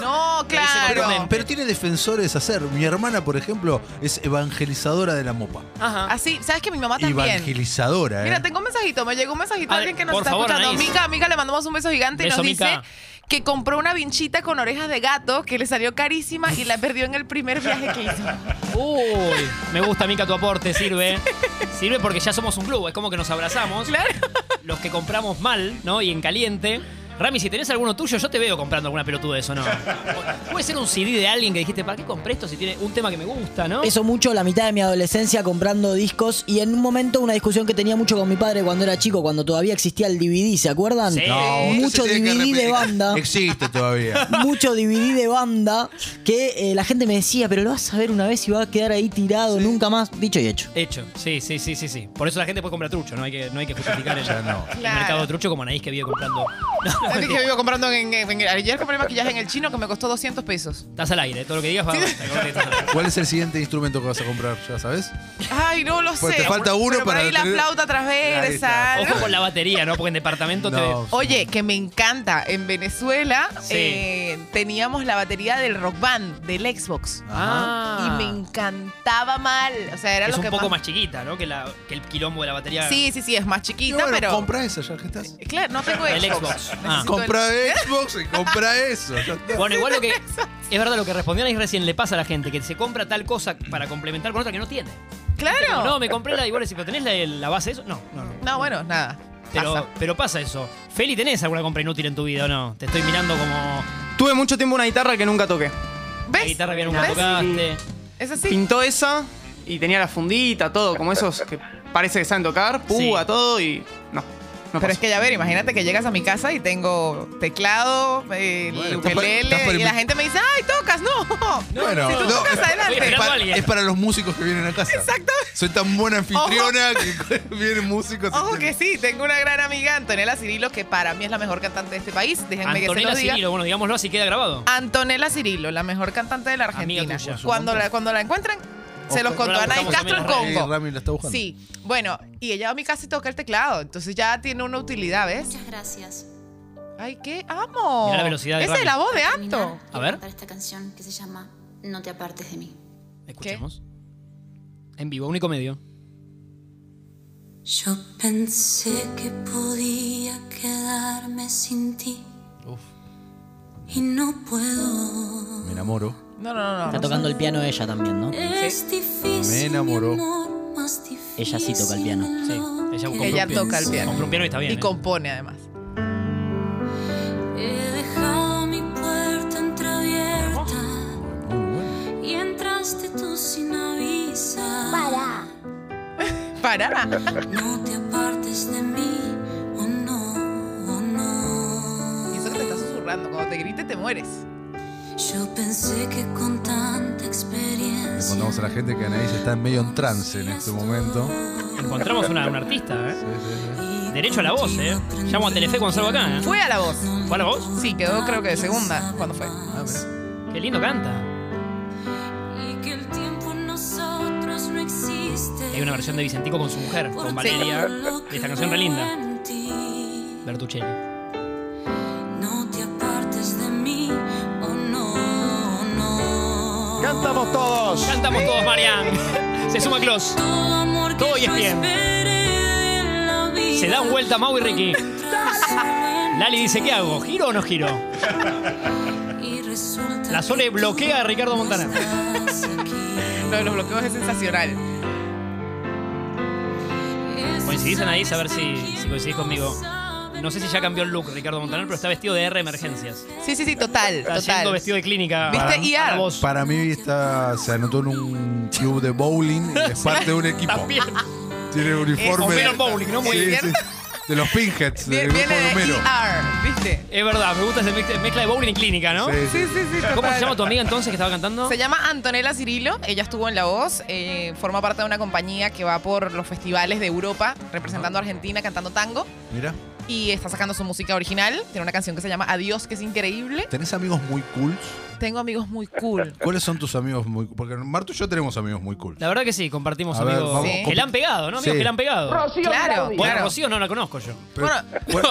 Speaker 4: No,
Speaker 2: Pero-
Speaker 4: claro.
Speaker 3: Pero tiene defensores a hacer. Mi hermana, por ejemplo, es evangelizadora de la mopa.
Speaker 2: Ajá.
Speaker 4: Así, ¿sabes que mi mamá Ah, también?
Speaker 3: Evangelizadora, ¿eh?
Speaker 4: Mira, tengo un mensajito, me llegó un mensajito
Speaker 2: A
Speaker 4: de
Speaker 2: ver,
Speaker 4: alguien que nos
Speaker 2: por
Speaker 4: está
Speaker 2: favor,
Speaker 4: escuchando.
Speaker 2: Anaís.
Speaker 4: Mica, Mica le mandamos un beso gigante
Speaker 2: Beso,
Speaker 4: y nos dice
Speaker 2: Mica.
Speaker 4: que compró una vinchita con orejas de gato que le salió carísima y la perdió en el primer viaje que hizo.
Speaker 2: Uy, me gusta, Mica, tu aporte. Sirve. Sirve porque ya somos un club. Es como que nos abrazamos.
Speaker 4: Claro.
Speaker 2: Los que compramos mal, ¿no? Y en caliente. Rami, si tenés alguno tuyo, yo te veo comprando alguna pelotuda de eso, ¿no? O- Puede ser un CD de alguien que dijiste, ¿para qué compré esto si tiene un tema que me gusta, ¿no?
Speaker 6: Eso mucho la mitad de mi adolescencia comprando discos y en un momento una discusión que tenía mucho con mi padre cuando era chico, cuando todavía existía el DVD, ¿se acuerdan?
Speaker 2: Sí.
Speaker 3: No, usted
Speaker 6: mucho
Speaker 3: se tiene que
Speaker 6: DVD de
Speaker 3: arrepentir.
Speaker 6: banda.
Speaker 3: Existe todavía.
Speaker 6: Mucho DVD de banda que eh, la gente me decía, pero lo vas a ver una vez y va a quedar ahí tirado nunca más. Dicho y hecho.
Speaker 2: Hecho, sí, sí, sí, sí, sí. Por eso la gente puede comprar trucho, no hay que, no hay que justificar el,
Speaker 3: Ya no.
Speaker 2: el
Speaker 4: Claro.
Speaker 2: mercado trucho como Anaís que vive comprando. No,
Speaker 4: Antes que vivo comprando en, en- en- ayer compré maquillaje en el chino que me costó 200 pesos.
Speaker 2: Estás al aire, todo lo que digas va te acordás que estás al aire.
Speaker 3: ¿Cuál es el siguiente instrumento que vas a comprar? ¿Ya sabes?
Speaker 4: Ay, no lo
Speaker 3: Pues
Speaker 4: sé.
Speaker 3: te falta uno
Speaker 4: Pero por
Speaker 3: para
Speaker 4: ahí la
Speaker 3: tener-
Speaker 4: flauta
Speaker 3: Ahí está.
Speaker 4: transversa. ¿no?
Speaker 2: Ojo con la batería, ¿no? Porque en departamento
Speaker 3: No.
Speaker 4: Oye, que me encanta. En Venezuela
Speaker 2: Sí.
Speaker 4: eh, teníamos la batería del rock band, del Xbox.
Speaker 2: te.
Speaker 3: Ajá.
Speaker 2: Ah.
Speaker 4: Y me encantaba mal. O sea, era
Speaker 2: Es
Speaker 4: lo
Speaker 2: un
Speaker 4: que
Speaker 2: poco más chiquita, ¿no? Que, la, que el quilombo de la batería.
Speaker 4: Sí, sí, sí, es más
Speaker 3: Y
Speaker 4: chiquita,
Speaker 3: bueno,
Speaker 4: pero.
Speaker 3: compra esa ya que estás.
Speaker 4: Claro, no tengo
Speaker 2: El
Speaker 4: Xbox.
Speaker 2: Xbox. Ah.
Speaker 4: Necesito
Speaker 3: Compra Xbox y compra eso. ya está.
Speaker 2: Bueno, igual lo que. Es verdad, lo que respondieron ahí recién le pasa a la gente, que se compra tal cosa para complementar con otra que no tiene.
Speaker 4: el- Claro.
Speaker 2: No, me compré la igual, si pero tenés la, la base de eso. No, no, no.
Speaker 4: No, bueno, nada.
Speaker 2: Pero
Speaker 4: Pasa.
Speaker 2: pasa. pero pasa eso. Feli, ¿tenés alguna compra inútil en tu vida o no? Te estoy mirando como
Speaker 7: Tuve mucho tiempo una guitarra que nunca toqué.
Speaker 2: la
Speaker 4: ¿Ves?
Speaker 2: guitarra que nunca
Speaker 4: ¿Ves?
Speaker 2: tocaste.
Speaker 4: Es así.
Speaker 7: Pintó esa y tenía la fundita, todo, como esos que parece que saben tocar, púa,
Speaker 2: Sí.
Speaker 7: todo y. No. No
Speaker 4: Pero
Speaker 7: pasó.
Speaker 4: es que, ya ver, imagínate que llegas a mi casa y tengo teclado, el
Speaker 3: Bueno, está
Speaker 4: ukelele,
Speaker 3: per- está
Speaker 4: y la
Speaker 3: permi-
Speaker 4: gente me dice, ¡ay, tocas! ¡No!
Speaker 3: Bueno,
Speaker 4: si tú
Speaker 3: no,
Speaker 4: tocas,
Speaker 3: es-
Speaker 2: Voy a
Speaker 4: adelante.
Speaker 2: esperar.
Speaker 3: Pa-
Speaker 2: alguien.
Speaker 3: es para los músicos que vienen a casa.
Speaker 4: Exacto.
Speaker 3: Soy tan buena anfitriona que vienen músicos. y
Speaker 4: Ojo
Speaker 3: tienen-
Speaker 4: que sí, tengo una gran amiga, Antonella Cirilo, que para mí es la mejor cantante de este país. Déjenme que se
Speaker 2: Antonella
Speaker 4: lo diga.
Speaker 2: Cirilo, bueno, digámoslo así queda grabado.
Speaker 4: Ah. Antonella Cirilo, la mejor cantante de la
Speaker 2: Amiga
Speaker 4: Argentina.
Speaker 2: tuya.
Speaker 4: Cuando la, cuando la encuentran, se los
Speaker 3: No
Speaker 4: contó
Speaker 2: la
Speaker 4: a Nay
Speaker 2: buscamos
Speaker 4: Castro en
Speaker 2: también
Speaker 3: Eh,
Speaker 4: Congo.
Speaker 3: Rami la está buscando.
Speaker 4: Sí, bueno, y ella a mi casa y toca el teclado, entonces ya tiene una utilidad, ¿ves?
Speaker 8: Muchas gracias.
Speaker 4: Ay, qué amo.
Speaker 2: Mirá la velocidad de
Speaker 4: Esa
Speaker 2: Rami.
Speaker 4: es la voz de
Speaker 8: Para terminar,
Speaker 4: Anto.
Speaker 8: quiero
Speaker 2: A ver.
Speaker 8: cantar esta canción que se llama No te apartes de mí.
Speaker 2: Escuchemos. En vivo, único medio.
Speaker 8: Yo pensé que podía quedarme sin ti
Speaker 3: Uf,
Speaker 8: y no puedo.
Speaker 3: me enamoro.
Speaker 4: No, no, no,
Speaker 6: Está
Speaker 4: no.
Speaker 6: tocando el piano ella también, ¿no?
Speaker 8: Es difícil.
Speaker 3: Me enamoró.
Speaker 8: mi amor, más difícil
Speaker 6: Ella sí toca el piano.
Speaker 8: de
Speaker 2: Sí,
Speaker 8: lo
Speaker 2: ella
Speaker 8: que
Speaker 2: compró
Speaker 4: Ella
Speaker 2: un piano.
Speaker 4: toca el piano.
Speaker 2: Compró un piano y está bien.
Speaker 4: Y
Speaker 2: ¿eh?
Speaker 4: compone además.
Speaker 8: He dejado mi puerta entreabierta y entraste tú sin avisar.
Speaker 4: Para.
Speaker 8: No te apartes de mí, oh no, oh no.
Speaker 4: Y eso que te está susurrando, cuando te grite te mueres.
Speaker 8: Yo pensé que con tanta
Speaker 3: Le
Speaker 8: experiencia.
Speaker 3: contamos a la gente que Anaís está medio en trance en este momento.
Speaker 2: Encontramos una, una artista, ¿eh?
Speaker 3: Sí, sí,
Speaker 2: Derecho a la voz, ¿eh? Llamo a Telefe cuando salgo acá, ¿eh?
Speaker 4: Fue a la voz.
Speaker 2: ¿Fue a la voz?
Speaker 4: Sí, quedó creo que de segunda cuando fue.
Speaker 3: sí.
Speaker 2: Qué lindo canta.
Speaker 8: Y que el tiempo en nosotros no existe.
Speaker 2: Hay una versión de Vicentico con su mujer, con
Speaker 8: Por
Speaker 2: Valeria.
Speaker 8: todo lo que
Speaker 2: Esta canción re
Speaker 8: veo
Speaker 2: linda.
Speaker 8: en ti.
Speaker 2: Bertuccelli.
Speaker 8: No te apartes de mí, oh no, oh no.
Speaker 7: ¡Cantamos todos!
Speaker 2: Cantamos todos, Marian. Se suma Klaus.
Speaker 8: Todo amor que
Speaker 2: Todo
Speaker 8: yo
Speaker 2: ESPN.
Speaker 8: esperé en la vida.
Speaker 2: Se dan vuelta Mau y Ricky.
Speaker 8: Dale.
Speaker 2: Lali dice, ¿qué hago? ¿Giro o no giro?
Speaker 8: Y resulta
Speaker 2: La Sole
Speaker 8: que tú
Speaker 2: bloquea a Ricardo
Speaker 8: no
Speaker 2: Montaner.
Speaker 8: estás aquí.
Speaker 4: Lo de los bloqueos es sensacional.
Speaker 2: ¿Coincidís, Anaís? A ver si, si coincidís conmigo. No sé si ya cambió el look Ricardo Montaner, pero está vestido de R emergencias.
Speaker 4: Sí, sí, sí, total,
Speaker 2: Está yendo
Speaker 4: total.
Speaker 2: vestido de clínica.
Speaker 4: ¿Viste?
Speaker 2: Y
Speaker 4: Y
Speaker 2: a
Speaker 4: ar-
Speaker 2: vos.
Speaker 3: Para mí está, se anotó en un club de bowling y es parte de un equipo.
Speaker 2: También.
Speaker 3: Tiene uniforme.
Speaker 2: Es Homero Bowling, ¿no? Muy
Speaker 3: Sí,
Speaker 4: bien.
Speaker 3: sí. De los Pinheads, del
Speaker 4: Viene
Speaker 3: grupo de
Speaker 4: de
Speaker 3: Homero.
Speaker 4: ER, ¿viste?
Speaker 2: Es verdad, me gusta esa mezcla- mezcla de bowling y clínica, ¿no?
Speaker 3: Sí, sí.
Speaker 4: Sí, sí, sí.
Speaker 2: ¿Cómo
Speaker 4: total.
Speaker 2: se llama tu amiga entonces que estaba cantando?
Speaker 4: Se llama Antonella Cirilo, ella estuvo en La Voz, eh, forma parte de una compañía que va por los festivales de Europa representando a Argentina cantando tango
Speaker 3: Mira,
Speaker 4: y está sacando su música original. Tiene una canción que se llama Adiós, que es increíble.
Speaker 3: ¿tenés amigos muy cool?
Speaker 4: Tengo amigos muy cool.
Speaker 3: ¿Cuáles son tus amigos muy cool? Porque Marto y yo tenemos amigos muy cool.
Speaker 2: La verdad que sí, compartimos
Speaker 3: A ver,
Speaker 2: amigos
Speaker 3: vamos,
Speaker 2: que la han pegado, ¿no? Amigos
Speaker 3: Sí.
Speaker 2: que la han pegado.
Speaker 4: Claro,
Speaker 2: Bueno,
Speaker 4: claro.
Speaker 2: Rocío no la conozco yo.
Speaker 3: Pero,
Speaker 4: Bueno.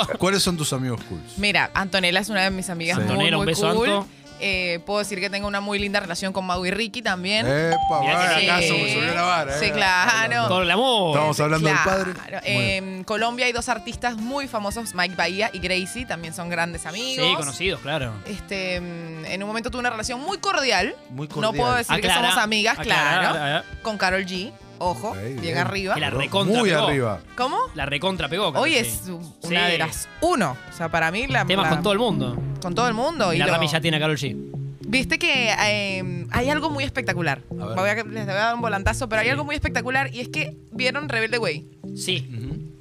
Speaker 3: ¿cuál- ¿Cuáles son tus amigos cool?
Speaker 4: Mira, Antonella es una de mis amigas
Speaker 3: Sí.
Speaker 4: muy,
Speaker 2: Antonella, un
Speaker 4: muy
Speaker 2: beso,
Speaker 4: cool.
Speaker 2: Anto.
Speaker 4: Eh, puedo decir que tengo una muy linda relación con Mau y Ricky también. Eh,
Speaker 3: Epa,
Speaker 2: Mirá
Speaker 3: vaya,
Speaker 2: que
Speaker 3: acá
Speaker 2: sí.
Speaker 3: sub- subió la vara.
Speaker 4: Sí,
Speaker 3: eh.
Speaker 4: claro.
Speaker 2: Todo el amor.
Speaker 3: Estamos hablando
Speaker 4: Claro.
Speaker 3: del padre. Muy bien.
Speaker 4: En Colombia hay dos artistas muy famosos, Mike Bahía y Gracie, también son grandes amigos.
Speaker 2: Sí, conocidos, claro.
Speaker 4: Este, mm, en un momento tuve una relación muy cordial.
Speaker 3: Muy
Speaker 4: No puedo decir que
Speaker 2: Aclara,
Speaker 4: somos amigas,
Speaker 2: aclara,
Speaker 4: claro.
Speaker 2: aclara.
Speaker 4: Con Carol G. Ojo,
Speaker 3: Ok,
Speaker 4: llega
Speaker 3: bien.
Speaker 4: arriba.
Speaker 2: Que la recontra
Speaker 3: Muy
Speaker 2: pegó.
Speaker 3: arriba.
Speaker 4: ¿Cómo?
Speaker 2: La recontra pegó. creo
Speaker 4: Hoy
Speaker 2: que
Speaker 4: es
Speaker 2: sí.
Speaker 4: una
Speaker 2: Sí.
Speaker 4: de las uno. O sea, para mí la.
Speaker 2: Temas
Speaker 4: la-
Speaker 2: con todo el mundo.
Speaker 4: con todo el mundo.
Speaker 2: Y
Speaker 4: Y
Speaker 2: la
Speaker 4: lo-
Speaker 2: Rami ya tiene a Carol G.
Speaker 4: Viste que eh, hay algo muy espectacular.
Speaker 3: A ver.
Speaker 4: Voy a- les voy a dar un volantazo, pero hay algo muy espectacular y es que vieron Rebelde Way.
Speaker 2: Sí.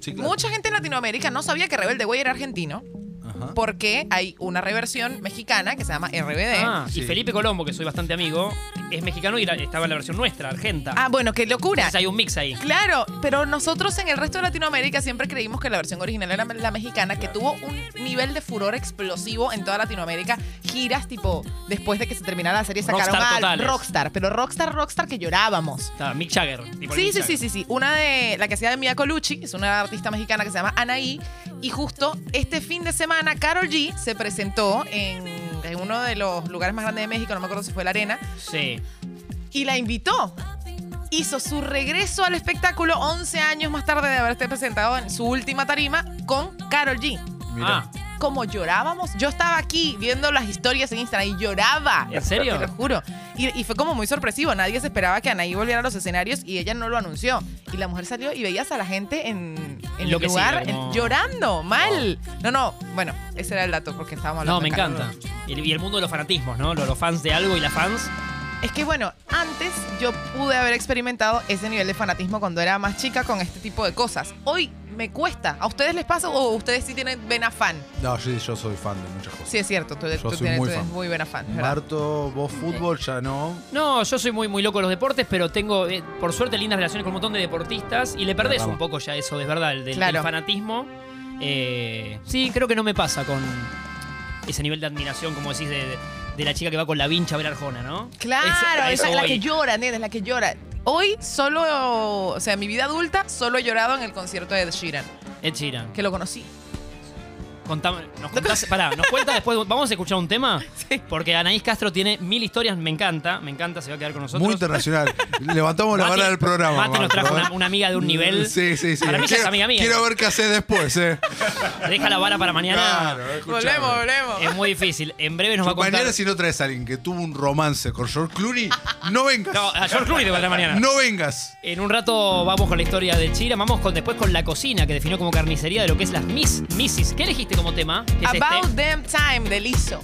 Speaker 3: Sí, claro.
Speaker 4: Mucha gente en Latinoamérica no sabía que Rebelde Way era argentino.
Speaker 3: Ajá. Ajá.
Speaker 4: porque hay una reversión mexicana que se llama RBD.
Speaker 2: Ah,
Speaker 4: Ah.
Speaker 2: y
Speaker 3: Sí.
Speaker 2: Felipe Colombo, que soy bastante amigo, es mexicano y la- estaba en la versión nuestra, argenta.
Speaker 4: Ah, bueno, qué locura.
Speaker 2: Entonces hay un mix ahí.
Speaker 4: Claro, pero nosotros en el resto de Latinoamérica siempre creímos que la versión original era la mexicana, que tuvo un nivel de furor explosivo en toda Latinoamérica. Giras tipo, después de que se terminara la serie, sacaron
Speaker 2: Rockstar
Speaker 4: al
Speaker 2: totales.
Speaker 4: Rockstar, pero Rockstar, Rockstar que llorábamos.
Speaker 2: Está Mick Jagger. tipo el
Speaker 4: Sí,
Speaker 2: Mick
Speaker 4: sí,
Speaker 2: Jagger.
Speaker 4: sí, sí, sí. Una de la que hacía de Mia Colucci, es una artista mexicana que se llama Anaí. Y justo este fin de semana, Carol G se presentó en, en uno de los lugares más grandes de México, no me acuerdo si fue la arena,
Speaker 2: Sí.
Speaker 4: y la invitó. Hizo su regreso al espectáculo 11 años más tarde de haberse presentado en su última tarima con Carol G.
Speaker 3: Mirá.
Speaker 2: Ah,
Speaker 4: Como llorábamos, yo estaba aquí viendo las historias en Instagram y lloraba.
Speaker 2: ¿en serio?
Speaker 4: Te lo juro. Y, y fue como muy sorpresivo. Nadie se esperaba que Anaí volviera a los escenarios y ella no lo anunció. Y la mujer salió y veías a la gente en, en el
Speaker 2: Enloquecida,
Speaker 4: lugar en-
Speaker 2: como-
Speaker 4: llorando, mal. No, no, bueno, ese era el dato porque estábamos
Speaker 2: No,
Speaker 4: hablando.
Speaker 2: me
Speaker 4: de Carol.
Speaker 2: encanta. Y el, y el mundo de los fanatismos, ¿no? Los, los fans de algo y las fans.
Speaker 4: Es que bueno, antes yo pude haber experimentado ese nivel de fanatismo cuando era más chica con este tipo de cosas. Hoy me cuesta. ¿A ustedes les pasa o ustedes sí tienen ven afán?
Speaker 3: No, yo, yo soy fan de muchas cosas.
Speaker 4: Sí, es cierto. Tú,
Speaker 3: Yo
Speaker 4: tú
Speaker 3: soy
Speaker 4: tienes,
Speaker 3: muy
Speaker 4: tú eres
Speaker 3: fan.
Speaker 4: muy ven afán, ¿verdad?
Speaker 3: Marto, vos fútbol ya no.
Speaker 2: No, yo soy muy, muy loco de los deportes, pero tengo, eh, por suerte, lindas relaciones con un montón de deportistas y le perdés
Speaker 3: Vamos.
Speaker 2: un poco ya eso, es verdad, el del,
Speaker 4: Claro.
Speaker 2: del fanatismo. Eh, sí, creo que no me pasa con ese nivel de admiración, como decís, de, de- de la chica que va con la vincha a ver Arjona, ¿no?
Speaker 4: Claro,
Speaker 2: Es- a
Speaker 4: esa es la
Speaker 2: voy.
Speaker 4: que llora, nena, es la que llora. Hoy solo, o sea, en mi vida adulta, solo he llorado en el concierto de Ed Sheeran,
Speaker 2: Ed Sheeran.
Speaker 4: que lo conocí.
Speaker 2: Contame- nos contás- pará, nos cuenta después. Vamos a escuchar un tema. Porque Anaís Castro tiene mil historias. Me encanta, me encanta. Se va a quedar con nosotros.
Speaker 3: Muy internacional. Levantamos la
Speaker 2: Mati-
Speaker 3: vara del programa.
Speaker 2: Mati nos
Speaker 3: Marto,
Speaker 2: trajo
Speaker 3: ¿eh?
Speaker 2: una, una amiga de un nivel.
Speaker 3: Sí, sí, sí.
Speaker 2: Para mí ya es
Speaker 3: quiero,
Speaker 2: amiga mía.
Speaker 3: quiero ver qué haces después, ¿eh?
Speaker 2: Deja la vara para mañana.
Speaker 3: Claro, escuchame.
Speaker 4: Volvemos, volvemos.
Speaker 2: Es muy difícil. En breve nos va a contar.
Speaker 3: Mañana, si no traes a alguien que tuvo un romance con George Clooney, no vengas.
Speaker 2: No, a George Clooney te va a traer mañana.
Speaker 3: No vengas.
Speaker 2: En un rato vamos con la historia de Chira, vamos con después con la cocina que definió como carnicería de lo que es las Miss Missis. ¿Qué elegiste como tema? ¿Qué es este?
Speaker 4: About Damn Time de Lizzo.